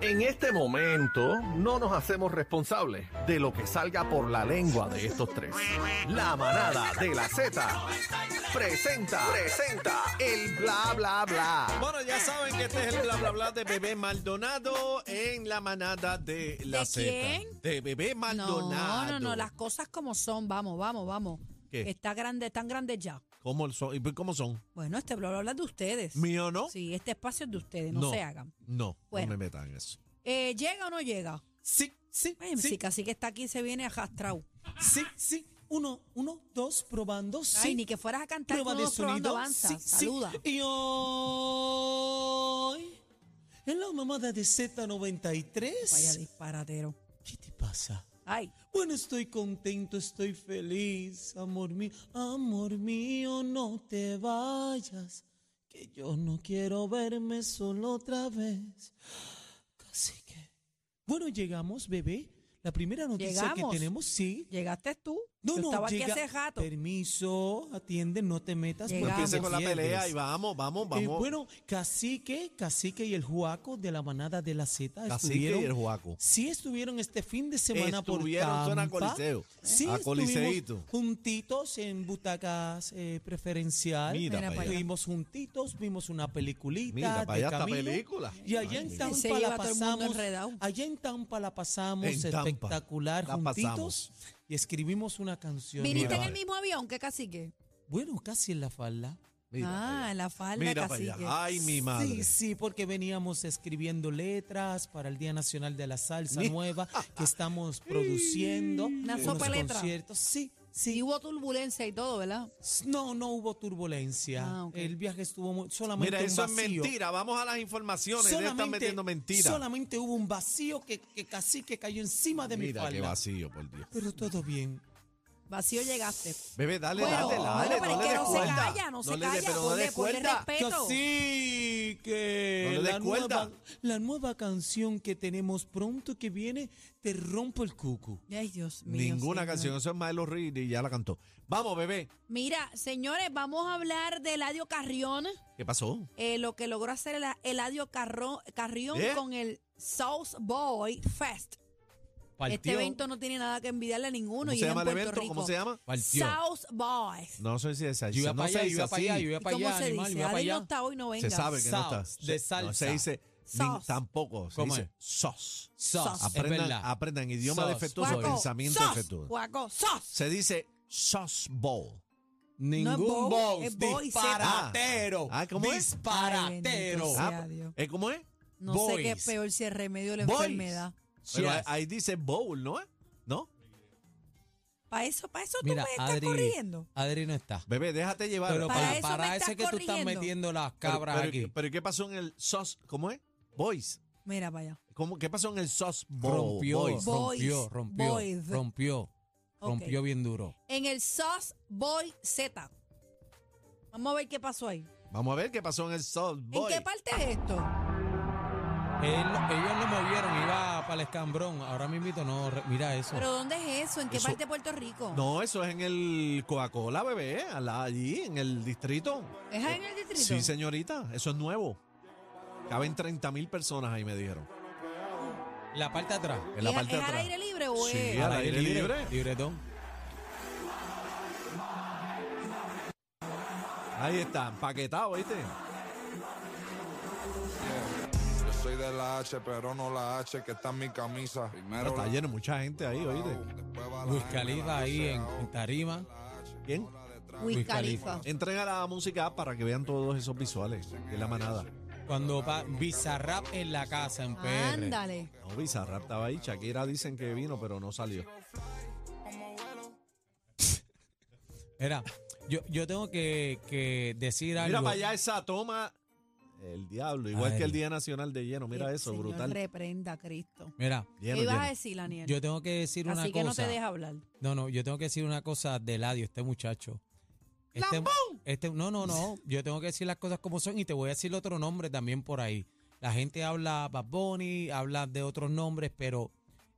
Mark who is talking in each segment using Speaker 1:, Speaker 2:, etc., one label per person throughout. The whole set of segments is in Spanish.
Speaker 1: En este momento no nos hacemos responsables de lo que salga por la lengua de estos tres. La manada de la Z presenta, presenta el bla bla bla.
Speaker 2: Bueno, ya saben que este es el bla bla bla de Bebé Maldonado en la manada de la
Speaker 3: ¿De
Speaker 2: Z.
Speaker 3: quién?
Speaker 2: De Bebé Maldonado.
Speaker 3: No, no, no, las cosas como son, vamos, vamos, vamos.
Speaker 2: ¿Qué?
Speaker 3: Está grande, están grandes ya.
Speaker 2: ¿Cómo son? ¿Y pues, ¿Cómo son?
Speaker 3: Bueno, este bla bla bla es de ustedes.
Speaker 2: ¿Mío no?
Speaker 3: Sí, este espacio es de ustedes, no,
Speaker 2: No.
Speaker 3: se hagan.
Speaker 2: No,
Speaker 3: Bueno.
Speaker 2: no me metan en eso.
Speaker 3: Eh, ¿Llega o no llega?
Speaker 2: Sí, sí,
Speaker 3: Ay,
Speaker 2: sí,
Speaker 3: sí, casi que está aquí se viene arrastrado.
Speaker 4: Sí, sí. Uno, uno, dos, probando. Sí.
Speaker 3: Ay, ni que fueras a cantar
Speaker 4: Prueba
Speaker 3: con
Speaker 4: de
Speaker 3: los probando
Speaker 4: sonido.
Speaker 3: avanza.
Speaker 4: Sí, sí.
Speaker 3: Saluda.
Speaker 4: Y hoy, en la mamada de
Speaker 3: Vaya
Speaker 4: Z93.
Speaker 3: disparatero.
Speaker 4: ¿Qué te pasa?
Speaker 3: Ay,
Speaker 4: Bueno, estoy contento, estoy feliz, amor mío. Amor mío, no te vayas. Que yo no quiero verme solo otra vez. Así que. Bueno, llegamos, bebé. La primera noticia
Speaker 3: Llegamos.
Speaker 4: que tenemos, sí.
Speaker 3: llegaste tú.
Speaker 4: No,
Speaker 3: Yo
Speaker 4: no,
Speaker 3: estaba
Speaker 4: llega-
Speaker 3: aquí hace rato.
Speaker 4: Permiso, atiende, no te metas.
Speaker 3: Llegamos.
Speaker 4: porque
Speaker 3: Empiece
Speaker 2: Empiecen Pues
Speaker 4: te
Speaker 2: con la
Speaker 4: pierdes.
Speaker 2: pelea y vamos, vamos,
Speaker 4: Eh,
Speaker 2: vamos.
Speaker 4: bueno, Cacique, Cacique y el Juaco de la manada de la Z
Speaker 2: Cacique
Speaker 4: estuvieron.
Speaker 2: y el Juaco.
Speaker 4: Sí estuvieron este fin de semana
Speaker 2: Estuvieron,
Speaker 4: por
Speaker 2: suena
Speaker 4: Tampa.
Speaker 2: a coliseo.
Speaker 4: Sí,
Speaker 2: A
Speaker 4: estuvimos
Speaker 2: coliseíto.
Speaker 4: juntitos en butacas eh, preferencial.
Speaker 2: Mira
Speaker 3: Mira
Speaker 2: para
Speaker 3: pa'
Speaker 2: allá.
Speaker 4: Estuvimos juntitos, vimos una peliculita
Speaker 2: Mira,
Speaker 4: de
Speaker 2: para allá esta
Speaker 4: camino.
Speaker 2: película.
Speaker 4: Y allá
Speaker 2: Ay,
Speaker 4: en
Speaker 2: mira.
Speaker 3: Se lleva
Speaker 4: Tampa la
Speaker 3: a todo el mundo
Speaker 4: pasamos.
Speaker 3: enredado.
Speaker 4: Allá en Tampa la pasamos
Speaker 2: En Tampa
Speaker 4: espectacular
Speaker 2: la
Speaker 4: juntitos
Speaker 2: pasamos.
Speaker 4: y escribimos una canción.
Speaker 3: ¿Viniste en
Speaker 4: nueva.
Speaker 3: el mismo avión que cacique?
Speaker 4: Bueno, casi en la falda.
Speaker 2: Mira para
Speaker 3: ah,
Speaker 2: allá.
Speaker 3: en la falda
Speaker 2: Mira para
Speaker 3: cacique.
Speaker 2: allá. Ay, mi madre.
Speaker 4: Sí, sí, porque veníamos escribiendo letras para el Día Nacional de la Salsa
Speaker 2: Ni-
Speaker 4: Nueva que estamos produciendo.
Speaker 3: Una
Speaker 4: unos
Speaker 3: sopa de letras.
Speaker 4: conciertos. Sí,
Speaker 3: Y
Speaker 4: sí.
Speaker 3: hubo turbulencia y todo, ¿verdad?
Speaker 4: S- No, no hubo turbulencia.
Speaker 3: Ah, ok.
Speaker 4: El viaje estuvo muy- solamente
Speaker 2: Mira,
Speaker 4: un
Speaker 2: eso es
Speaker 4: vacío.
Speaker 2: mentira. Vamos a las informaciones. Ustedes están
Speaker 4: Solamente,
Speaker 2: metiendo mentiras.
Speaker 4: solamente hubo un vacío que, que casi que cayó encima de mi
Speaker 2: Mira qué
Speaker 4: falda.
Speaker 2: vacío, por Dios.
Speaker 4: Pero todo bien.
Speaker 3: Vacío llegaste.
Speaker 2: Bebé, dale,
Speaker 3: Bueno,
Speaker 2: dale, dale.
Speaker 3: bueno, pero
Speaker 2: no
Speaker 3: es
Speaker 2: le
Speaker 3: que
Speaker 2: des
Speaker 3: no se
Speaker 2: cuerda.
Speaker 3: calla, no se
Speaker 2: le des-
Speaker 3: calla,
Speaker 2: pero no le des
Speaker 3: ponle- ponle
Speaker 2: cuerda.
Speaker 3: respeto. Pero-
Speaker 4: Así que
Speaker 2: No le des
Speaker 4: Eh, la,
Speaker 2: cuerda.
Speaker 4: nueva, la nueva canción que tenemos pronto que viene, Te rompo el cucu.
Speaker 3: Ay, Dios mío.
Speaker 2: Ninguna
Speaker 3: señor.
Speaker 2: canción, eso es Milo Reed y ya la cantó. Vamos, bebé.
Speaker 3: Mira, señores, vamos a hablar de Eladio Carrión,
Speaker 2: ¿Qué pasó?
Speaker 3: eh, lo que logró hacer el- Eladio Carro- Carrión
Speaker 2: ¿Eh?
Speaker 3: con el South Boy Fest. Este evento no tiene nada que envidiarle a ninguno.
Speaker 2: ¿Cómo
Speaker 3: y
Speaker 2: se
Speaker 3: es
Speaker 2: llama
Speaker 3: en
Speaker 2: el
Speaker 3: Puerto
Speaker 2: evento?
Speaker 3: Rico.
Speaker 2: ¿Cómo se llama?
Speaker 4: Partió.
Speaker 3: South Boys.
Speaker 2: No sé si es así.
Speaker 4: Yo iba
Speaker 2: no
Speaker 4: para
Speaker 2: se
Speaker 4: allá, yo
Speaker 2: dice
Speaker 4: iba para allá, yo
Speaker 2: así.
Speaker 4: iba
Speaker 3: ¿Y
Speaker 4: para
Speaker 3: cómo
Speaker 4: allá,
Speaker 3: se
Speaker 4: animal, yo
Speaker 3: dice?
Speaker 4: iba para
Speaker 3: Adel no
Speaker 4: allá.
Speaker 3: está hoy, no venga.
Speaker 2: Se sabe que no
Speaker 4: Sauce,
Speaker 2: está.
Speaker 4: de
Speaker 2: se- no,
Speaker 4: salsa.
Speaker 2: se dice ni-
Speaker 3: Sauce.
Speaker 2: tampoco. Se
Speaker 4: ¿Cómo
Speaker 2: dice
Speaker 4: es?
Speaker 2: sos.
Speaker 4: Sos,
Speaker 3: Sos.
Speaker 4: es
Speaker 2: Aprendan,
Speaker 4: verdad. Ah,
Speaker 2: aprendan idioma
Speaker 4: Sos,
Speaker 2: defectuoso,
Speaker 4: boy.
Speaker 2: pensamiento
Speaker 3: sos,
Speaker 2: defectuoso.
Speaker 3: guaco, sos.
Speaker 2: Se dice sos ball.
Speaker 4: Ningún
Speaker 3: bow,
Speaker 4: bow,
Speaker 3: es boy, sepa.
Speaker 4: disparatero.
Speaker 2: Ah, ¿cómo es?
Speaker 4: Disparatero.
Speaker 3: Ay, bendito sea.
Speaker 2: Ah,
Speaker 3: Dios.
Speaker 2: ¿eh, ¿Cómo es?
Speaker 3: No sé
Speaker 4: boys.
Speaker 3: qué es peor si es remedio o la
Speaker 2: Boys.
Speaker 3: enfermedad.
Speaker 2: Pero ahí,
Speaker 4: Yes.
Speaker 2: ahí dice bowl, ¿no? es? ¿No?
Speaker 3: Para eso, para eso
Speaker 4: Mira,
Speaker 3: tú me estás
Speaker 4: Adri,
Speaker 3: corriendo.
Speaker 4: Adri no está.
Speaker 2: Bebé, déjate llevar.
Speaker 4: Pero
Speaker 3: Para
Speaker 4: para,
Speaker 3: eso me
Speaker 4: para
Speaker 3: estás
Speaker 4: ese que tú estás
Speaker 3: corrigiendo.
Speaker 4: metiendo las
Speaker 2: Pero-
Speaker 4: cabras
Speaker 2: pero,
Speaker 4: aquí.
Speaker 2: pero ¿qué pasó en el sos? ¿Cómo es? Boys.
Speaker 3: Mira para allá.
Speaker 2: ¿Cómo, ¿Qué pasó en el sos ball?
Speaker 4: rompió,
Speaker 2: Boys.
Speaker 4: rompió,
Speaker 3: Boys,
Speaker 4: rompió,
Speaker 3: boys.
Speaker 4: rompió, rompió bien duro.
Speaker 3: En el Sauce Boy Z. Vamos a ver qué pasó ahí.
Speaker 2: Vamos a ver qué pasó en el sos boy.
Speaker 3: ¿En qué parte es esto?
Speaker 4: Él- ellos lo movieron, iba para el escambrón. Ahora mismo no, re- mira eso.
Speaker 3: ¿Pero dónde es eso? ¿En qué
Speaker 2: Eso-
Speaker 3: parte de Puerto Rico?
Speaker 2: No, eso es en el Coca-Cola, bebé, al- allí, en el distrito.
Speaker 3: ¿Es ahí en el distrito?
Speaker 2: Sí, señorita, eso es nuevo. Caben 30 mil personas ahí, me dijeron.
Speaker 4: La parte de atrás.
Speaker 2: En la
Speaker 3: ¿Es-
Speaker 2: parte de
Speaker 3: ¿Es al
Speaker 2: atrás.
Speaker 3: aire libre o
Speaker 2: Sí,
Speaker 3: es?
Speaker 2: al aire libre.
Speaker 4: Libretón.
Speaker 2: Ahí está, empaquetado, ¿viste?
Speaker 5: Yo soy de la H, pero no la H que está en mi camisa. Primero
Speaker 2: Está lleno mucha gente ahí, oíste.
Speaker 4: Luis Califa ahí en, en Tarima.
Speaker 2: Bien,
Speaker 3: Wiz
Speaker 4: Wiz
Speaker 3: Khalifa.
Speaker 4: Khalifa.
Speaker 2: entren a la música para que vean todos esos visuales de la manada.
Speaker 4: Cuando va Bizarrap en la casa en PR.
Speaker 3: Ándale.
Speaker 2: No, Bizarrap estaba ahí, Shakira dicen que vino, pero no salió.
Speaker 4: Mira, yo, yo tengo que, que decir algo.
Speaker 2: Mira para allá esa toma, el diablo, igual
Speaker 4: Ay.
Speaker 2: que el Día Nacional de Lleno, mira
Speaker 3: Que el
Speaker 2: eso,
Speaker 3: Señor
Speaker 2: brutal.
Speaker 3: reprenda a Cristo.
Speaker 4: Mira,
Speaker 2: Lleno,
Speaker 3: ¿Qué ibas a
Speaker 2: lleno.
Speaker 3: decir, Daniel?
Speaker 4: yo tengo que decir una
Speaker 3: Así que
Speaker 4: cosa.
Speaker 3: no te deja hablar.
Speaker 4: No, no, yo tengo que decir una cosa de Ladio, este muchacho. Este, este, no, no, no. Yo tengo que decir las cosas como son y te voy a decir otro nombre también por ahí. La gente habla Bad Bunny, habla de otros nombres, pero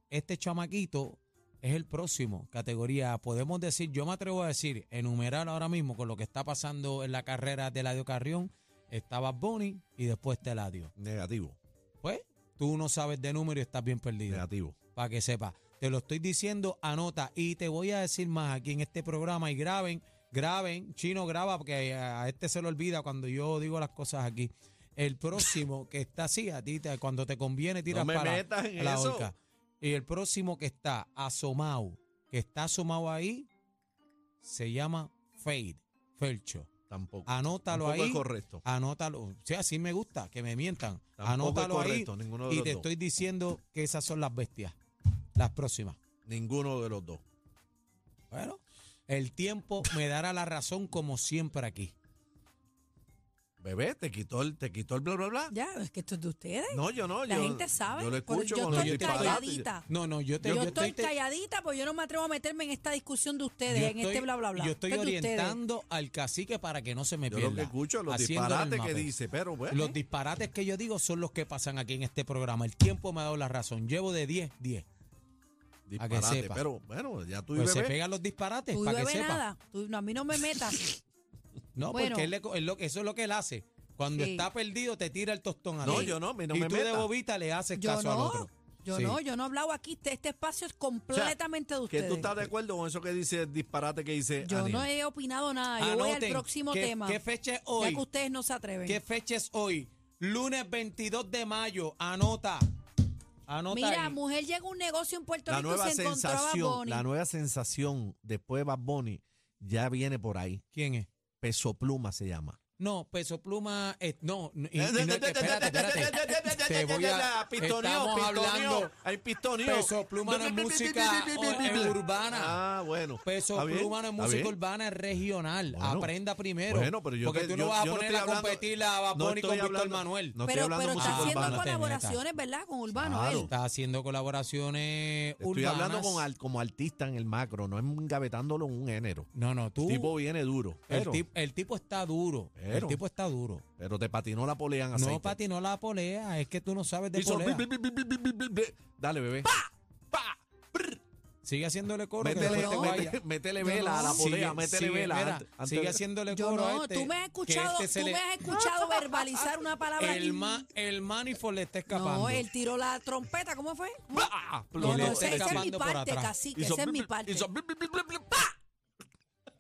Speaker 4: este chamaquito es el próximo categoría. Podemos decir, yo me atrevo a decir, enumerar ahora mismo con lo que está pasando en la carrera de Ladio Carrión, está Bad Bunny y después está Ladio.
Speaker 2: Negativo.
Speaker 4: Pues, tú no sabes de número y estás bien perdido.
Speaker 2: Negativo.
Speaker 4: Para que sepas. Te lo estoy diciendo, anota. Y te voy a decir más aquí en este programa. Y graben, graben. Chino graba, porque a este se lo olvida cuando yo digo las cosas aquí. El próximo que está así, a ti, te- cuando te conviene, tiras
Speaker 2: me
Speaker 4: para
Speaker 2: metas en
Speaker 4: la
Speaker 2: eso.
Speaker 4: horca. Y el próximo que está asomado, que está asomado ahí, se llama Fade, Felcho.
Speaker 2: Tampoco.
Speaker 4: Anótalo
Speaker 2: Tampoco
Speaker 4: ahí.
Speaker 2: es correcto.
Speaker 4: Anótalo. O sea, así me gusta, que me mientan.
Speaker 2: Tampoco
Speaker 4: Anótalo
Speaker 2: es correcto,
Speaker 4: ahí.
Speaker 2: ninguno de
Speaker 4: y
Speaker 2: los
Speaker 4: te
Speaker 2: dos.
Speaker 4: estoy diciendo que esas son las bestias. Las próximas.
Speaker 2: Ninguno de los dos.
Speaker 4: Bueno, el tiempo me dará la razón como siempre aquí.
Speaker 2: Bebé, te quitó el, te quitó el bla bla bla.
Speaker 3: Ya, es que esto es de ustedes.
Speaker 2: No, yo no.
Speaker 3: La
Speaker 2: yo-
Speaker 3: gente sabe.
Speaker 2: Yo lo
Speaker 3: Por-
Speaker 2: escucho
Speaker 3: yo
Speaker 2: cuando
Speaker 3: estoy
Speaker 2: para adelante.
Speaker 3: calladita.
Speaker 4: No, no, yo te
Speaker 3: Yo,
Speaker 4: yo
Speaker 3: estoy
Speaker 4: te-
Speaker 3: calladita porque yo no me atrevo a meterme en esta discusión de ustedes,
Speaker 4: yo
Speaker 3: en este
Speaker 4: estoy-
Speaker 3: bla, bla, bla.
Speaker 4: Yo estoy
Speaker 3: Esto es de ustedes.
Speaker 4: orientando al cacique para que no se me
Speaker 2: Yo
Speaker 4: pierda.
Speaker 2: lo que escucho, los
Speaker 4: Haciendo el
Speaker 2: disparates que
Speaker 4: mapeo.
Speaker 2: dice, ¿eh? pero bueno.
Speaker 4: Los disparates que yo digo son los que pasan aquí en este programa. El tiempo me ha dado la razón. Llevo de 10, 10. a que
Speaker 2: disparate,
Speaker 4: sepa.
Speaker 2: Pero bueno, ya tú y
Speaker 4: Pues se
Speaker 2: bebé.
Speaker 4: pegan los disparates
Speaker 3: Tú
Speaker 4: para que
Speaker 3: bebé
Speaker 4: sepa.
Speaker 3: nada. Tú- no, a mí no me metas.
Speaker 4: No,
Speaker 3: Bueno.
Speaker 4: porque él le co- él lo- eso es lo que él hace. Cuando
Speaker 3: Sí.
Speaker 4: está perdido, te tira el tostón a
Speaker 2: No,
Speaker 4: ti.
Speaker 2: yo no, a mí no
Speaker 4: y
Speaker 2: me
Speaker 4: tú de
Speaker 2: meta.
Speaker 4: bobita le haces
Speaker 3: yo
Speaker 4: caso al
Speaker 3: no.
Speaker 4: otro.
Speaker 3: Yo
Speaker 4: Sí.
Speaker 3: no, yo no he hablado aquí. Este, este espacio es
Speaker 2: O sea,
Speaker 3: completamente de ustedes.
Speaker 2: Que tú estás de acuerdo con eso que dice el disparate que dice
Speaker 3: yo no
Speaker 2: Aniel.
Speaker 3: he opinado nada. Ah, Yo voy al
Speaker 4: Anoten,
Speaker 3: próximo
Speaker 4: ¿qué-
Speaker 3: tema.
Speaker 4: ¿Qué fecha es
Speaker 3: ya
Speaker 4: hoy?
Speaker 3: que ustedes no se atreven.
Speaker 4: ¿Qué fecha es hoy? Lunes 22 de mayo. Anota. Anota.
Speaker 3: Mira,
Speaker 4: ahí.
Speaker 3: mujer llegó a un negocio en Puerto
Speaker 2: La
Speaker 3: Rico
Speaker 2: nueva
Speaker 3: y se encontró a Bad
Speaker 2: sensación,
Speaker 3: Bunny.
Speaker 2: la nueva sensación después de Bad Bunny ya viene por ahí.
Speaker 4: ¿Quién es?
Speaker 2: Peso pluma se llama.
Speaker 4: No, peso pluma. eh, no, no, y- y no, que- espérate, espérate. Te voy a-
Speaker 2: Pistoneo,
Speaker 4: estamos
Speaker 2: pistoneo.
Speaker 4: hablando-
Speaker 2: Hay pistoneo.
Speaker 4: Peso Pluma no es música o- es urbana.
Speaker 2: Ah, bueno.
Speaker 4: Peso
Speaker 2: Está bien,
Speaker 4: pluma no es
Speaker 2: está
Speaker 4: música
Speaker 2: bien.
Speaker 4: urbana, es regional.
Speaker 2: Bueno.
Speaker 4: Aprenda primero.
Speaker 2: Bueno, pero yo
Speaker 4: porque
Speaker 2: te-
Speaker 4: tú no
Speaker 2: yo-
Speaker 4: vas a
Speaker 2: yo no
Speaker 4: poner
Speaker 2: estoy
Speaker 4: a
Speaker 2: hablando-
Speaker 4: competir a Bad
Speaker 2: no
Speaker 4: Bunny
Speaker 2: estoy
Speaker 4: con Víctor
Speaker 2: hablando-
Speaker 4: Manuel.
Speaker 2: No estoy
Speaker 3: pero
Speaker 2: hablando
Speaker 3: pero
Speaker 2: música
Speaker 3: está haciendo
Speaker 2: urbana.
Speaker 4: te metas.
Speaker 3: colaboraciones, ¿verdad? Con Urbano.
Speaker 2: Claro.
Speaker 3: él.
Speaker 4: Está haciendo colaboraciones
Speaker 2: Estoy
Speaker 4: urbanas.
Speaker 2: hablando con al- como artista en el macro, no engavetándolo en un género.
Speaker 4: No, no, tú.
Speaker 2: El tipo viene duro.
Speaker 4: el,
Speaker 2: Pero,
Speaker 4: tip- el tipo está duro.
Speaker 2: Pero.
Speaker 4: el tipo está duro.
Speaker 2: pero te patinó la polea en aceite.
Speaker 4: No patinó la polea, es que tú no sabes de
Speaker 2: Hizo
Speaker 4: polea.
Speaker 2: bli, bli, bli, bli, bli, bli, bli, bli. Dale, bebé.
Speaker 4: Sigue haciéndole coro. que
Speaker 2: Métele,
Speaker 4: después te
Speaker 2: mete-
Speaker 4: vaya.
Speaker 2: métele
Speaker 3: Yo
Speaker 2: vela a la
Speaker 3: no.
Speaker 2: polea,
Speaker 4: Sigue-
Speaker 2: métele
Speaker 4: sigue,
Speaker 2: vela.
Speaker 4: mira,
Speaker 2: antes- antes-
Speaker 4: sigue haciéndole
Speaker 3: Yo
Speaker 4: coro a
Speaker 3: no,
Speaker 4: este,
Speaker 3: tú me has
Speaker 4: que
Speaker 3: escuchado,
Speaker 4: este se
Speaker 3: tú
Speaker 4: le-
Speaker 3: me has escuchado verbalizar una palabra aquí.
Speaker 4: el, ma, el manifold le está escapando.
Speaker 3: No, él tiró la trompeta, ¿cómo fue?
Speaker 2: ¡Bah!
Speaker 4: Y
Speaker 3: No,
Speaker 4: le
Speaker 3: no, ese- esa
Speaker 4: está
Speaker 3: es mi
Speaker 4: escapando por
Speaker 3: parte,
Speaker 4: atrás.
Speaker 3: cacique,
Speaker 2: Hizo
Speaker 3: esa es
Speaker 2: bli,
Speaker 3: mi
Speaker 2: bli,
Speaker 3: parte.
Speaker 2: hizo bli, bli, bli, bli, bli.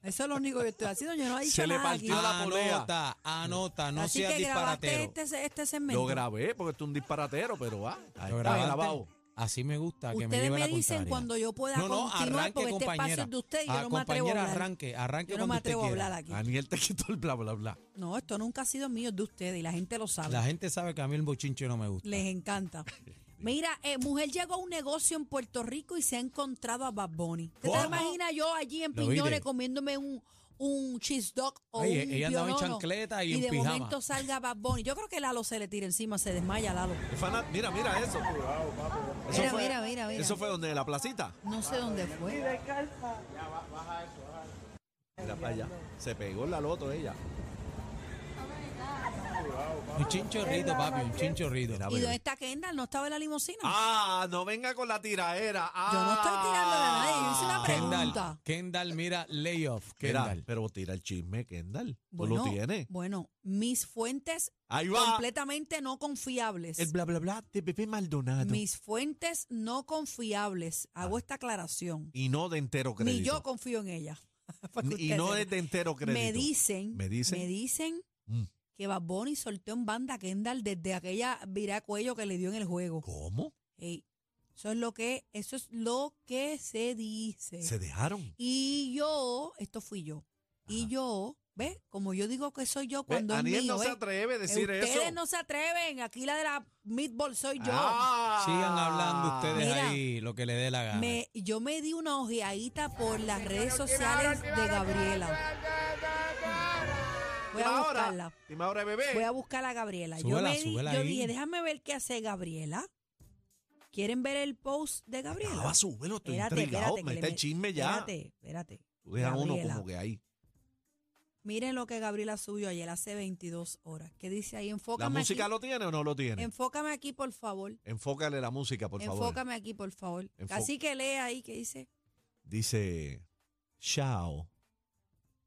Speaker 3: Eso es lo único que estoy haciendo, yo no he dicho
Speaker 2: Se le
Speaker 3: nada aquí.
Speaker 2: partió la polea.
Speaker 4: Anota, anota, no
Speaker 3: Así
Speaker 4: seas
Speaker 3: que grabaste
Speaker 4: disparatero.
Speaker 3: este, este segmento.
Speaker 2: Lo grabé porque esto es un disparatero, pero ah, ahí está
Speaker 4: Lo grabaste.
Speaker 2: grabado.
Speaker 4: Así me gusta, que me
Speaker 3: Ustedes
Speaker 4: lleve
Speaker 3: me,
Speaker 4: la
Speaker 3: dicen
Speaker 4: contraria.
Speaker 3: cuando yo pueda
Speaker 4: No, no,
Speaker 3: continuar,
Speaker 4: arranque,
Speaker 3: porque este espacio
Speaker 4: compañera.
Speaker 3: es de ustedes y yo
Speaker 4: Ah,
Speaker 3: no me atrevo a
Speaker 4: compañera,
Speaker 3: hablar.
Speaker 4: arranque, arranque
Speaker 3: yo no me
Speaker 4: cuando usted
Speaker 3: atrevo a
Speaker 4: quiera.
Speaker 3: hablar aquí.
Speaker 2: Daniel te quitó el bla, bla, bla.
Speaker 3: No, esto nunca ha sido mío, es de ustedes y la gente lo sabe.
Speaker 4: La gente sabe que a mí el bochinche no me gusta.
Speaker 3: Les encanta. Mira, eh, mujer llegó a un negocio en Puerto Rico y se ha encontrado a Bad Bunny. ¿Te, te
Speaker 4: ¿Cómo?
Speaker 3: imaginas yo allí en
Speaker 4: Lo vi de-
Speaker 3: Piñones comiéndome un, un cheese dog o
Speaker 4: Ay, e-,
Speaker 3: un
Speaker 4: ella andaba en
Speaker 3: pionono?
Speaker 4: chancleta y en
Speaker 3: de
Speaker 4: pijama.
Speaker 3: momento salga Bad Bunny. Yo creo que Lalo se le tira encima, se desmaya Lalo.
Speaker 2: Es fanat- Mira, mira eso. Eso
Speaker 3: Mira,
Speaker 2: fue-
Speaker 3: mira, mira, mira.
Speaker 2: Eso fue Ah, donde en la placita.
Speaker 3: No sé dónde fue.
Speaker 2: Mira para allá. Se pegó en la loto ella.
Speaker 4: Un chinchorrito, papi, un chinchorrito.
Speaker 2: Mira,
Speaker 3: ¿Y dónde
Speaker 2: bebé.
Speaker 3: está Kendall? ¿No estaba en la limusina?
Speaker 2: Ah, no venga con la tiraera. Ah.
Speaker 3: Yo no estoy tirándole a nadie, yo hice una
Speaker 4: Kendall,
Speaker 3: Pregunta.
Speaker 4: Kendall, mira, layoff,
Speaker 2: Mira,
Speaker 4: Kendall.
Speaker 2: pero tira el chisme, Kendall.
Speaker 3: bueno,
Speaker 2: Tú lo tienes.
Speaker 3: Bueno, mis fuentes
Speaker 2: Ahí va.
Speaker 3: completamente no confiables.
Speaker 2: El bla, bla, bla de Pepe Maldonado.
Speaker 3: Mis fuentes no confiables.
Speaker 2: Ah.
Speaker 3: Hago esta aclaración.
Speaker 2: Y no de entero crédito.
Speaker 3: Ni yo confío en ella. Para que
Speaker 2: Ni- y
Speaker 3: usted
Speaker 2: no
Speaker 3: sepa.
Speaker 2: es de entero crédito.
Speaker 3: Me dicen,
Speaker 2: Me dicen.
Speaker 3: dicen
Speaker 2: Mm.
Speaker 3: que Bad Bunny soltó en banda a Kendall desde aquella vira cuello que le dio en el juego.
Speaker 2: ¿Cómo?
Speaker 3: Ey, eso es lo que, eso es lo que se dice.
Speaker 2: Se dejaron.
Speaker 3: Y yo, esto fui yo. Y
Speaker 2: Ajá.
Speaker 3: yo, ¿ves? Como yo digo que soy yo
Speaker 2: Ve,
Speaker 3: cuando es
Speaker 2: Aniel no
Speaker 3: mío,
Speaker 2: se
Speaker 3: ¿ves?
Speaker 2: atreve a
Speaker 3: Eh,
Speaker 2: decir
Speaker 3: ustedes
Speaker 2: eso.
Speaker 3: no se atreven. Aquí la de la meatball soy yo.
Speaker 2: Ah.
Speaker 4: Sigan hablando ustedes
Speaker 3: Mira,
Speaker 4: ahí lo que le dé la gana.
Speaker 3: Me- yo me di una ojeadita por las redes sociales de Gabriela. Voy
Speaker 2: Dime
Speaker 3: a
Speaker 2: ahora, eh.
Speaker 3: buscarla.
Speaker 2: Dime ahora, bebé.
Speaker 3: Voy a buscar a Gabriela.
Speaker 4: Súbela,
Speaker 3: yo me di-
Speaker 4: súbela
Speaker 3: yo
Speaker 4: ahí.
Speaker 3: dije, déjame ver qué hace Gabriela. ¿Quieren ver el post de Gabriela?
Speaker 2: Ah, súbelo, estoy
Speaker 3: Espérate,
Speaker 2: intrigado.
Speaker 3: espérate, que
Speaker 2: me
Speaker 3: le
Speaker 2: está el
Speaker 3: met-
Speaker 2: chisme ya.
Speaker 3: Espérate, espérate.
Speaker 2: Tú dejas uno
Speaker 3: Gabriela.
Speaker 2: como que ahí.
Speaker 3: Miren lo que Gabriela subió ayer hace 22 horas. ¿Qué dice ahí?
Speaker 2: ¿La
Speaker 3: Enfócame
Speaker 2: música
Speaker 3: aquí.
Speaker 2: lo tiene o no lo tiene?
Speaker 3: Enfócame aquí, por favor.
Speaker 2: Enfócale la música, por favor.
Speaker 3: Enfócame aquí, por favor.
Speaker 2: Enfo-
Speaker 3: Así que lee ahí que dice.
Speaker 2: Dice, chao,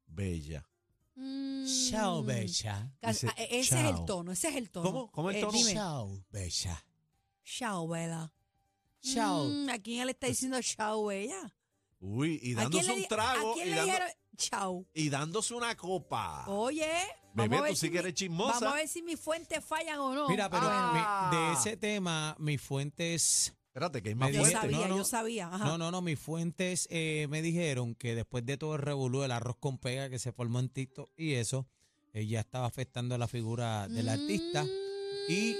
Speaker 2: bella.
Speaker 3: mm,
Speaker 4: Chao, bella.
Speaker 3: Ca-
Speaker 2: Dice,
Speaker 3: ah, e- ese es
Speaker 2: chao.
Speaker 3: el tono, ese es el tono.
Speaker 2: ¿Cómo? ¿Cómo el
Speaker 3: Eh,
Speaker 2: tono?
Speaker 3: dime.
Speaker 4: Chao, bella.
Speaker 3: Chauvela.
Speaker 4: Chao.
Speaker 3: Mm, ¿A quién le está diciendo chau ella?
Speaker 2: Uy, y
Speaker 3: ¿A quién
Speaker 2: dándose
Speaker 3: le di-
Speaker 2: un trago
Speaker 3: ¿A quién
Speaker 2: y,
Speaker 3: le
Speaker 2: dando-
Speaker 3: dijeron chau?
Speaker 2: y dándose una copa.
Speaker 3: Oye,
Speaker 2: Bebé,
Speaker 3: vamos a ver
Speaker 2: tú sí
Speaker 3: si
Speaker 2: que
Speaker 3: mi-
Speaker 2: eres chismosa.
Speaker 3: Vamos a ver si mis fuentes fallan o no.
Speaker 4: Mira, pero
Speaker 3: Ah,
Speaker 2: Ah.
Speaker 4: mi- de ese tema, mis fuentes.
Speaker 2: Espérate, que es
Speaker 4: Me
Speaker 2: más
Speaker 3: Ah, yo
Speaker 4: fuente,
Speaker 2: fuerte.
Speaker 3: sabía,
Speaker 4: no, no.
Speaker 3: yo sabía. Ajá.
Speaker 4: No, no, no, mis fuentes eh, me dijeron que después de todo el revolú del arroz con pega que se formó en TikTok y eso, eh, ya estaba afectando a la figura del artista. Y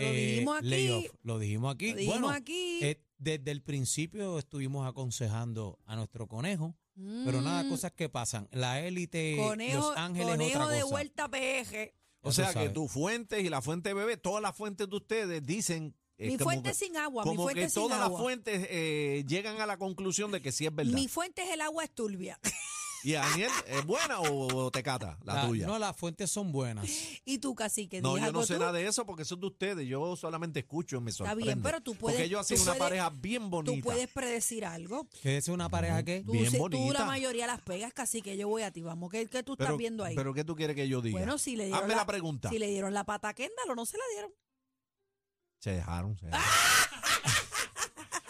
Speaker 3: Mm, lo
Speaker 4: eh,
Speaker 3: dijimos aquí.
Speaker 4: layoff. Lo dijimos aquí.
Speaker 3: Lo dijimos
Speaker 4: bueno,
Speaker 3: aquí.
Speaker 4: eh, desde el principio estuvimos aconsejando a nuestro conejo, pero nada,
Speaker 3: Mm,
Speaker 4: cosas que pasan. La
Speaker 2: Eh,
Speaker 4: élite,
Speaker 3: Conejo,
Speaker 4: Los Ángeles es
Speaker 3: conejo
Speaker 4: otra
Speaker 3: de
Speaker 4: cosa.
Speaker 3: vuelta a PG.
Speaker 4: Ya
Speaker 2: O sea
Speaker 4: tú
Speaker 2: que
Speaker 4: sabes.
Speaker 2: tus fuentes y la fuente de bebé, todas las fuentes de ustedes dicen. eh,
Speaker 3: Mi
Speaker 2: como
Speaker 3: fuente
Speaker 2: que-
Speaker 3: sin agua, mi
Speaker 2: Como
Speaker 3: fuente
Speaker 2: que
Speaker 3: sin
Speaker 2: todas las
Speaker 3: agua.
Speaker 2: fuentes eh, llegan a la conclusión de que sí es verdad.
Speaker 3: Mi fuente es el agua es turbia.
Speaker 2: ¿Y Daniel, es buena o, o te cata la tuya?
Speaker 4: Ah, No, las fuentes son buenas.
Speaker 3: Y tú, cacique,
Speaker 2: No,
Speaker 3: di
Speaker 2: yo
Speaker 3: algo
Speaker 2: no sé
Speaker 3: tú.
Speaker 2: nada de eso porque eso es de ustedes. Yo solamente escucho, me
Speaker 3: Está
Speaker 2: sorprende.
Speaker 3: bien, pero tú puedes-
Speaker 2: Porque ellos hacen
Speaker 3: tú
Speaker 2: una
Speaker 3: puedes-
Speaker 2: pareja bien bonita.
Speaker 3: Tú puedes predecir algo.
Speaker 4: Que es una pareja que...
Speaker 3: Tú,
Speaker 2: Bien
Speaker 3: se- tú
Speaker 2: bonita.
Speaker 3: la mayoría las pegas, cacique, yo voy a ti. Vamos, ¿qué, qué tú
Speaker 2: pero,
Speaker 3: estás viendo ahí?
Speaker 2: ¿Pero qué tú quieres que yo diga?
Speaker 3: bueno, si le dieron
Speaker 2: Hazme la pregunta.
Speaker 3: Si le dieron la pata a Kendall o no se la dieron.
Speaker 2: Se dejaron,
Speaker 3: ¡Ah!
Speaker 2: se dejaron.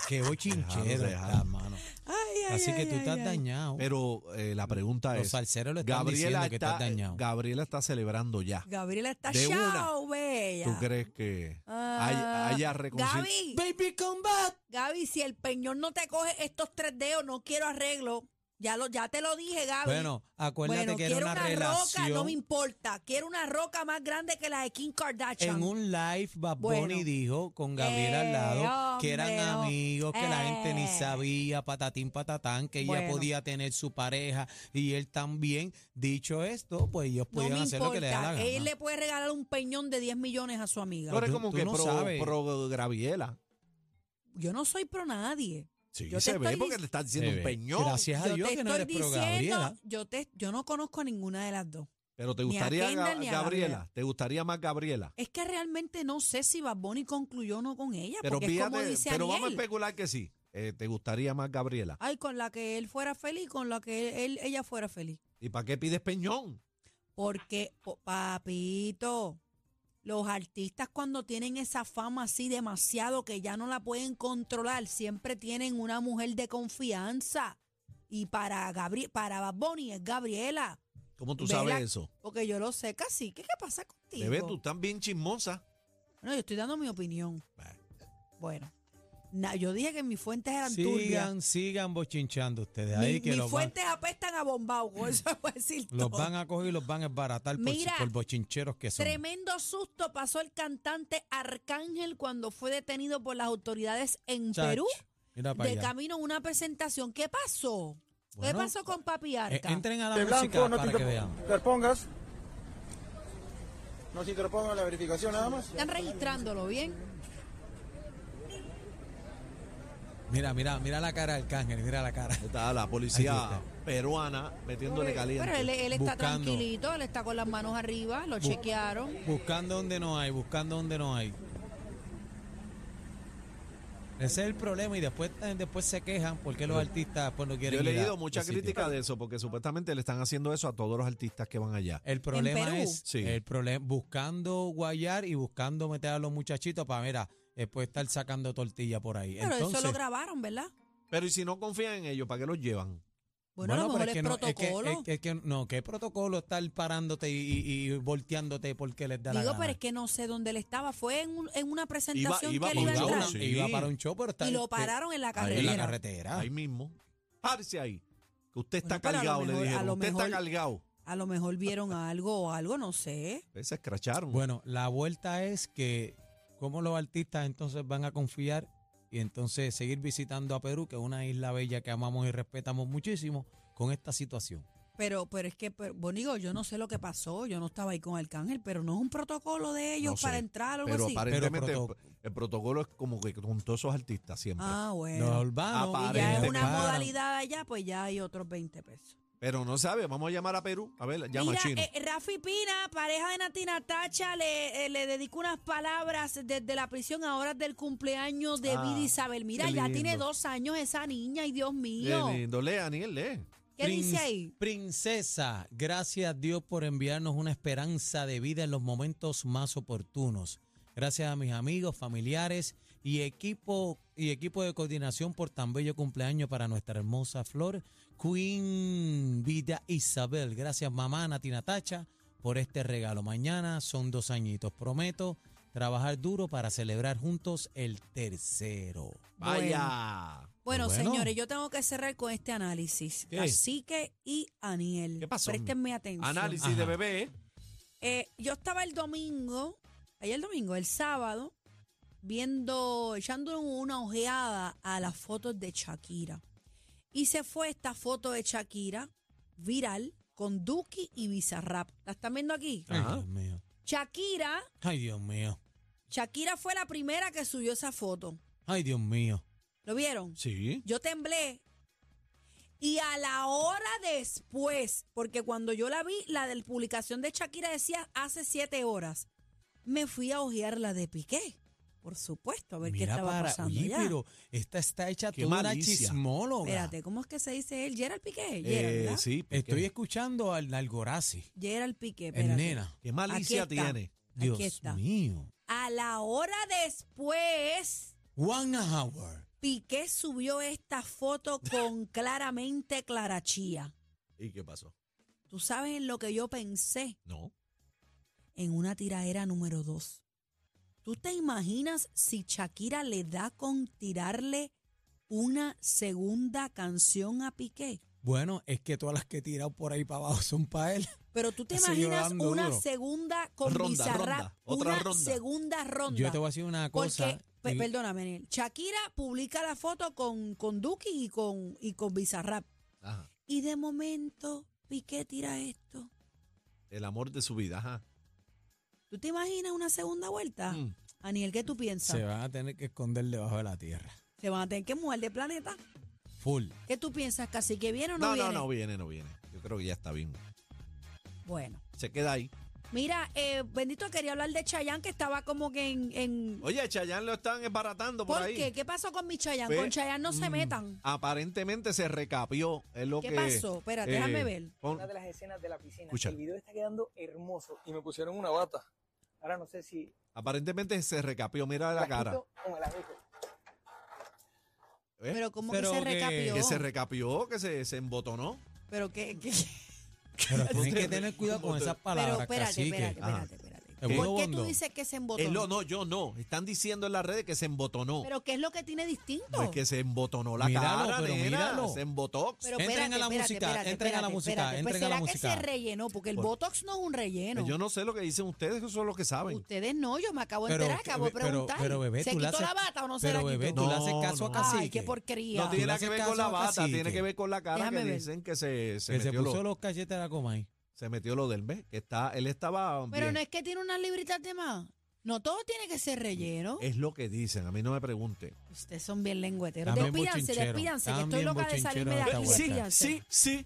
Speaker 4: Que voy
Speaker 2: Dejalo,
Speaker 4: chinchero,
Speaker 2: dejalo.
Speaker 4: está, mano.
Speaker 3: Ay, ay,
Speaker 4: Así que
Speaker 3: ay,
Speaker 4: tú
Speaker 3: ay,
Speaker 4: estás
Speaker 3: ay.
Speaker 4: dañado.
Speaker 2: Pero eh, la pregunta
Speaker 4: Los
Speaker 2: es...
Speaker 4: salseros le están
Speaker 2: Gabriela
Speaker 4: diciendo
Speaker 2: está, eh,
Speaker 4: que estás dañado.
Speaker 2: Gabriela está celebrando ya.
Speaker 3: Gabriela está
Speaker 2: De una.
Speaker 3: chao, bella.
Speaker 2: ¿Tú crees que hay-
Speaker 3: Ah,
Speaker 2: haya reconciliación?
Speaker 3: Gaby,
Speaker 4: Baby, come back.
Speaker 3: Gaby, si el peñón no te coge estos tres dedos, no quiero arreglo. Ya, lo, ya te lo dije, Gaby.
Speaker 4: Bueno, acuérdate
Speaker 3: Bueno,
Speaker 4: que era
Speaker 3: quiero
Speaker 4: una, relación.
Speaker 3: roca, no me importa. Quiero una roca más grande que la de Kim Kardashian.
Speaker 4: en un live, Bad Bunny
Speaker 3: Bueno.
Speaker 4: dijo con Gabriel
Speaker 3: Eh,
Speaker 4: al lado que eran
Speaker 3: hombre, no.
Speaker 4: amigos, que la gente ni
Speaker 3: Eh.
Speaker 4: sabía, patatín, patatán, que ella
Speaker 3: Bueno.
Speaker 4: podía tener su pareja y él también. Dicho esto, pues ellos
Speaker 3: no
Speaker 4: podían
Speaker 3: me
Speaker 4: hacer lo que les da la
Speaker 3: importa.
Speaker 4: gana.
Speaker 3: Él le puede regalar un peñón de 10 millones a su amiga.
Speaker 2: Tú eres
Speaker 4: Tú-
Speaker 2: como
Speaker 4: tú
Speaker 2: que
Speaker 4: no
Speaker 2: pro,
Speaker 4: sabes.
Speaker 2: pro Gabriela.
Speaker 3: Yo no soy pro nadie.
Speaker 2: Sí,
Speaker 3: Yo te
Speaker 2: se ve
Speaker 3: estoy
Speaker 2: porque
Speaker 3: dic-
Speaker 2: le estás diciendo un
Speaker 4: Bebé,
Speaker 2: peñón.
Speaker 4: Gracias a
Speaker 3: yo
Speaker 4: Dios
Speaker 3: te
Speaker 4: que no
Speaker 3: estoy
Speaker 4: eres pro Gabriela.
Speaker 3: diciendo, yo, te, yo no conozco a ninguna de las dos.
Speaker 2: Pero te
Speaker 3: Ni a
Speaker 2: gustaría Ga-
Speaker 3: Kendall ni a
Speaker 2: Gabriela.
Speaker 3: Gabriela.
Speaker 2: ¿Te gustaría más Gabriela?
Speaker 3: Es que realmente no sé si Bad Bunny concluyó o no con ella,
Speaker 2: Pero,
Speaker 3: porque es como
Speaker 2: fíjate,
Speaker 3: dice
Speaker 2: pero
Speaker 3: Aniel.
Speaker 2: vamos a especular que sí. Eh, ¿Te gustaría más Gabriela?
Speaker 3: Ay, con la que él fuera feliz, con la que él, ella fuera feliz.
Speaker 2: ¿Y para qué pides peñón?
Speaker 3: Porque, po- papito, los artistas cuando tienen esa fama así demasiado que ya no la pueden controlar, siempre tienen una mujer de confianza. Y para Gabri para Bad Bunny es Gabriela.
Speaker 2: ¿Cómo tú
Speaker 3: Vela-
Speaker 2: sabes eso?
Speaker 3: Porque yo lo sé casi. ¿Qué, qué pasa contigo?
Speaker 2: Bebé, tú estás bien chismosa.
Speaker 3: Bueno, yo estoy dando mi opinión. Bueno, na- yo dije que mis fuentes eran turbias.
Speaker 4: Sigan, sigan bochinchando ustedes ahí
Speaker 3: Mi-
Speaker 4: que
Speaker 3: mis
Speaker 4: los van,
Speaker 3: fuentes apestan a bombao. con Eso voy a decir
Speaker 4: los
Speaker 3: todo.
Speaker 4: van a coger y los van a embaratar por,
Speaker 3: Mira,
Speaker 4: por bochincheros que son.
Speaker 3: Tremendo susto pasó el cantante Arcángel cuando fue detenido por las autoridades en
Speaker 4: Chacho,
Speaker 3: Perú
Speaker 4: mira para
Speaker 3: de
Speaker 4: allá.
Speaker 3: camino a una presentación. ¿Qué pasó?
Speaker 4: Bueno,
Speaker 3: ¿Qué pasó con Papi
Speaker 4: Eh,
Speaker 3: Arca?
Speaker 4: entren a la
Speaker 6: de
Speaker 4: música
Speaker 6: blanco, no te
Speaker 4: para que vean.
Speaker 6: interpo- interpongas. No se interponga la verificación nada más.
Speaker 3: Están registrándolo, ¿bien?
Speaker 4: Mira, mira, mira la cara del cángel, mira la cara.
Speaker 2: Está la
Speaker 4: Aquí
Speaker 2: policía peruana metiéndole
Speaker 3: Pero él,
Speaker 2: caliente.
Speaker 3: él está
Speaker 4: Buscando.
Speaker 3: tranquilito, él está con las manos arriba, lo
Speaker 4: Bu-
Speaker 3: chequearon.
Speaker 4: Buscando donde no hay, buscando donde no hay. Ese es el problema y después, eh, después se quejan porque los artistas después no quieren
Speaker 2: Yo he
Speaker 4: ir a-
Speaker 2: leído mucha
Speaker 4: al sitio.
Speaker 2: crítica de eso porque supuestamente le están haciendo eso a todos los artistas que van allá.
Speaker 4: El problema
Speaker 3: Perú?
Speaker 4: es
Speaker 2: Sí.
Speaker 4: el problema buscando guayar y buscando meter a los muchachitos para mira, después estar sacando tortilla por ahí.
Speaker 3: Pero
Speaker 4: Entonces,
Speaker 3: eso lo grabaron, ¿verdad?
Speaker 2: Pero ¿y si no confían en ellos, para qué los llevan?
Speaker 3: Bueno, a lo mejor
Speaker 4: pero
Speaker 3: es,
Speaker 4: que no- que-
Speaker 3: protocolo.
Speaker 4: es que- es que no, ¿qué protocolo estar parándote y, y- y volteándote porque les da la
Speaker 3: Digo,
Speaker 4: gana?
Speaker 3: pero es que no sé dónde él estaba. Fue en, un- en una presentación
Speaker 2: iba
Speaker 3: que él
Speaker 2: por
Speaker 3: iba a
Speaker 4: iba,
Speaker 2: la
Speaker 3: entrar.
Speaker 4: una-
Speaker 2: Sí.
Speaker 4: iba para un show, pero está
Speaker 3: Y lo
Speaker 4: este,
Speaker 3: pararon en la
Speaker 4: en
Speaker 3: carretera.
Speaker 4: la carretera.
Speaker 2: Ahí mismo. Párese ahí. Que usted está
Speaker 3: Ah. Bueno, pero a lo
Speaker 2: cargado,
Speaker 3: mejor- a
Speaker 2: le dijeron.
Speaker 3: lo
Speaker 2: Usted está
Speaker 3: mejor-
Speaker 2: cargado.
Speaker 3: A lo mejor vieron algo o algo, no sé.
Speaker 2: Se escracharon.
Speaker 4: Bueno, la vuelta es que cómo los artistas entonces van a confiar y entonces seguir visitando a Perú, que es una isla bella que amamos y respetamos muchísimo, con esta situación.
Speaker 3: Pero, pero es que, pero, bueno, digo, yo no sé lo que pasó, yo no estaba ahí con Arcángel, pero no es un protocolo de ellos
Speaker 2: No sé,
Speaker 3: para entrar o algo
Speaker 2: Pero
Speaker 3: así.
Speaker 2: aparentemente
Speaker 4: Pero proto-
Speaker 2: el protocolo es como que con todos esos artistas siempre.
Speaker 3: Ah, bueno.
Speaker 4: Los urbanos
Speaker 2: Ah,
Speaker 3: Y ya es
Speaker 2: aparente,
Speaker 3: una
Speaker 4: paran.
Speaker 3: modalidad allá, pues ya hay otros 20 pesos.
Speaker 2: Pero no sabe, vamos a llamar a Perú. A ver, llama
Speaker 3: Mira,
Speaker 2: chino.
Speaker 3: eh, Rafi Pina, pareja de Natina Tacha, le, eh, le dedicó unas palabras desde la prisión a horas del cumpleaños de
Speaker 2: Ah,
Speaker 3: Vida Isabel. Mira,
Speaker 2: qué
Speaker 3: ya
Speaker 2: lindo.
Speaker 3: tiene dos años esa niña, y Dios mío.
Speaker 2: Qué Eh, lindo, lee, Aniel, lee.
Speaker 3: ¿Qué dice
Speaker 4: Prin-
Speaker 3: ahí?
Speaker 4: Princesa, gracias a Dios por enviarnos una esperanza de vida en los momentos más oportunos. Gracias a mis amigos, familiares y equipo, y equipo de coordinación por tan bello cumpleaños para nuestra hermosa Flor, Queen Vida Isabel. Gracias, mamá Natina Tacha, por este regalo. Mañana son dos añitos. Prometo trabajar duro para celebrar juntos el tercero.
Speaker 2: Vaya.
Speaker 3: Bueno,
Speaker 4: Bueno.
Speaker 3: señores, yo tengo que cerrar con este análisis.
Speaker 2: ¿Qué?
Speaker 3: Cacique y Aniel.
Speaker 2: ¿Qué pasó?
Speaker 3: Préstenme atención.
Speaker 2: Análisis
Speaker 4: Ajá.
Speaker 2: de bebé.
Speaker 3: Eh, yo estaba el domingo, ayer el domingo, el sábado, viendo, echando una ojeada a las fotos de Shakira. Y se fue esta foto de Shakira viral con Duki y Bizarrap. ¿La están viendo aquí?
Speaker 4: Ay,
Speaker 2: Ajá.
Speaker 4: Dios mío.
Speaker 3: Shakira,
Speaker 4: Ay, Dios mío.
Speaker 3: Shakira fue la primera que subió esa foto.
Speaker 4: Ay, Dios mío.
Speaker 3: ¿Lo vieron?
Speaker 2: Sí.
Speaker 3: Yo temblé. Y a la hora después, porque cuando yo la vi, la de la publicación de Shakira decía hace siete horas, me fui a ojear la de Piqué. Por supuesto, a ver qué
Speaker 4: Mira
Speaker 3: estaba
Speaker 4: para
Speaker 3: pasando
Speaker 4: oye,
Speaker 3: allá.
Speaker 4: pero esta está hecha
Speaker 2: Qué
Speaker 4: toda una
Speaker 2: malicia.
Speaker 4: chismóloga.
Speaker 3: Espérate, ¿cómo es que se dice él? Gerald Piqué. Gerald,
Speaker 2: Eh,
Speaker 3: ¿verdad?
Speaker 2: sí. porque-
Speaker 4: Estoy escuchando al Nalgorazi,
Speaker 3: Gerald Piqué,
Speaker 4: el
Speaker 3: espérate.
Speaker 4: nena.
Speaker 2: Qué malicia
Speaker 3: Aquí está.
Speaker 2: tiene.
Speaker 3: Aquí
Speaker 4: Dios
Speaker 3: está.
Speaker 4: mío.
Speaker 3: A la hora después,
Speaker 4: One hour.
Speaker 3: Piqué subió esta foto con claramente clarachía.
Speaker 2: ¿Y qué pasó?
Speaker 3: ¿Tú sabes en lo que yo pensé?
Speaker 2: No.
Speaker 3: en una tiradera número 2. ¿Tú te imaginas si Shakira le da con tirarle una segunda canción a Piqué?
Speaker 4: Bueno, es que todas las que he tirado por ahí para abajo son para él.
Speaker 3: Pero tú te
Speaker 4: Ha seguido
Speaker 3: imaginas
Speaker 4: dando
Speaker 3: una
Speaker 4: duro.
Speaker 3: segunda con
Speaker 2: Ronda,
Speaker 3: Bizarrap,
Speaker 2: ronda, otra
Speaker 3: una
Speaker 2: ronda.
Speaker 3: segunda ronda.
Speaker 4: Yo te voy a decir una cosa.
Speaker 3: Porque, pe-
Speaker 4: y-
Speaker 3: perdóname, Nel, Shakira publica la foto con, con Duki y con, y con Bizarrap.
Speaker 2: Ajá.
Speaker 3: Y de momento, Piqué tira esto.
Speaker 2: El amor de su vida. Ajá.
Speaker 3: ¿Tú te imaginas una segunda vuelta?
Speaker 2: Mm.
Speaker 3: Aniel, ¿qué tú piensas?
Speaker 4: se van a tener que esconder debajo de la tierra.
Speaker 3: ¿Se van a tener que mover de planeta?
Speaker 4: Full.
Speaker 3: ¿Qué tú piensas, Casi? ¿Que viene o
Speaker 2: No,
Speaker 3: no,
Speaker 2: no,
Speaker 3: viene?
Speaker 2: no viene, no viene. Yo creo que ya está bien.
Speaker 3: Bueno.
Speaker 2: Se queda ahí.
Speaker 3: Mira, eh, bendito, quería hablar de Chayanne que estaba como que en... en-
Speaker 2: Oye, a Chayanne lo están embaratando por,
Speaker 3: ¿Por
Speaker 2: ahí.
Speaker 3: qué? ¿Qué pasó con mi Chayanne?
Speaker 2: Fue-
Speaker 3: con Chayanne no se
Speaker 4: Mm.
Speaker 3: metan.
Speaker 2: Aparentemente se recapió. Es lo
Speaker 3: ¿Qué
Speaker 2: que, eh,
Speaker 3: pasó? Espérate, déjame ver.
Speaker 2: pon-
Speaker 6: Una de las escenas de la piscina.
Speaker 2: Escucha.
Speaker 6: El video está quedando hermoso y me pusieron una bata. Ahora no sé si
Speaker 2: aparentemente se recapió. Mira la cara.
Speaker 6: bajito o me la dejo.
Speaker 2: ¿Eh?
Speaker 3: Pero como
Speaker 4: Pero
Speaker 3: que se
Speaker 4: que-
Speaker 3: recapió.
Speaker 2: Que se recapió, que se, se embotonó.
Speaker 3: Pero que... que-
Speaker 4: Pero tienen que tener cuidado con esas
Speaker 3: Pero
Speaker 4: palabras.
Speaker 3: espérate,
Speaker 4: cacique.
Speaker 3: espérate,
Speaker 2: Ajá.
Speaker 3: espérate, espérate.
Speaker 4: ah, El
Speaker 3: ¿Por
Speaker 4: huevo
Speaker 3: qué tú
Speaker 4: hondo.
Speaker 3: dices que se
Speaker 2: Él lo-
Speaker 3: embotó?
Speaker 2: no, yo no. Están diciendo en las redes que se embotonó.
Speaker 3: ¿Pero qué es lo que tiene distinto?
Speaker 2: No es que se embotonó la
Speaker 4: Míralo,
Speaker 2: cara,
Speaker 4: pero
Speaker 2: nena,
Speaker 4: míralo.
Speaker 2: Se embotox.
Speaker 3: Pero
Speaker 4: Entren a la música, entren a la música,
Speaker 3: Pues
Speaker 4: entren a la
Speaker 3: será
Speaker 4: música.
Speaker 3: que se rellenó, porque el
Speaker 2: Por-
Speaker 3: Botox no es un relleno.
Speaker 2: Yo no sé lo que dicen ustedes, eso son los que saben.
Speaker 3: Ustedes no, yo me acabo de
Speaker 4: Pero,
Speaker 3: enterar, acabo de
Speaker 4: pero-
Speaker 3: preguntar.
Speaker 4: pero, bebé,
Speaker 3: ¿Se
Speaker 4: tú la
Speaker 3: quitó
Speaker 4: haces-
Speaker 3: la bata o no se la
Speaker 4: Pero
Speaker 3: quitó?
Speaker 4: bebé, tú le haces
Speaker 2: No,
Speaker 4: caso a
Speaker 2: no.
Speaker 4: Cacique.
Speaker 3: Ay, qué porquería.
Speaker 2: No tiene
Speaker 4: Tú
Speaker 2: nada
Speaker 4: le
Speaker 2: que
Speaker 4: haces
Speaker 2: ver
Speaker 4: caso
Speaker 2: con la
Speaker 4: a
Speaker 2: bata,
Speaker 4: Cacique.
Speaker 2: tiene que ver con la cara
Speaker 3: Déjame
Speaker 2: que
Speaker 3: ver.
Speaker 2: dicen que se, se
Speaker 4: Que se
Speaker 2: metió
Speaker 4: puso
Speaker 2: lo,
Speaker 4: los cachetes a la coma ahí.
Speaker 2: se metió lo del mes. Que está, él estaba.
Speaker 3: Pero
Speaker 2: bien.
Speaker 3: no es que tiene unas libritas de más. No todo tiene que ser relleno.
Speaker 2: Es lo que dicen, a mí no me pregunte.
Speaker 3: Ustedes son bien lengüeteros.
Speaker 4: También
Speaker 3: Despídanse,
Speaker 4: bochincheros,
Speaker 3: despídanse, que estoy
Speaker 4: también
Speaker 3: loca de salirme de
Speaker 4: bochincheros
Speaker 3: aquí.
Speaker 4: de esta
Speaker 3: despídanse.
Speaker 4: vuelta.
Speaker 2: sí.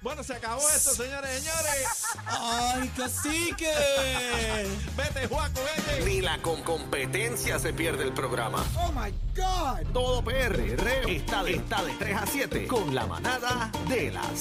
Speaker 2: Bueno, se acabó esto, señores, señores.
Speaker 4: ¡Ay, cacique!
Speaker 2: Vete, Juaco, vete.
Speaker 1: Ni la con competencia se pierde el programa. Oh my God. Todo PR está de, está de 3 a 7 con la manada de la Z.